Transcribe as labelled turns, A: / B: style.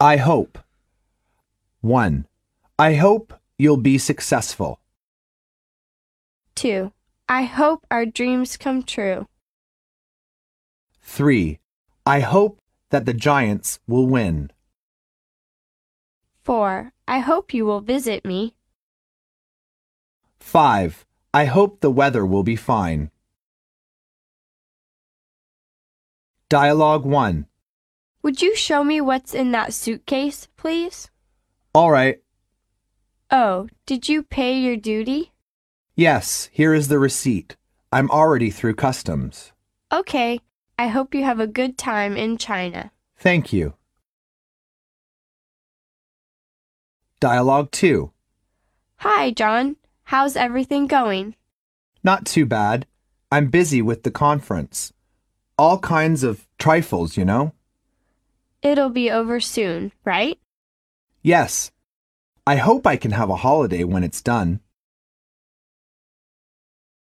A: I hope. 1. I hope you'll be successful.
B: 2. I hope our dreams come true.
A: 3. I hope that the Giants will win.
B: 4. I hope you will visit me.
A: 5. I hope the weather will be fine. Dialogue 1.
B: Would you show me what's in that suitcase, please?
A: All right.
B: Oh, did you pay your duty?
A: Yes, here is the receipt. I'm already through customs.
B: Okay. I hope you have a good time in China.
A: Thank you. Dialogue 2.
B: Hi, John. How's everything going?
A: Not too bad. I'm busy with the conference. All kinds of trifles, you know?
B: It'll be over soon, right?
A: Yes. I hope I can have a holiday when it's done.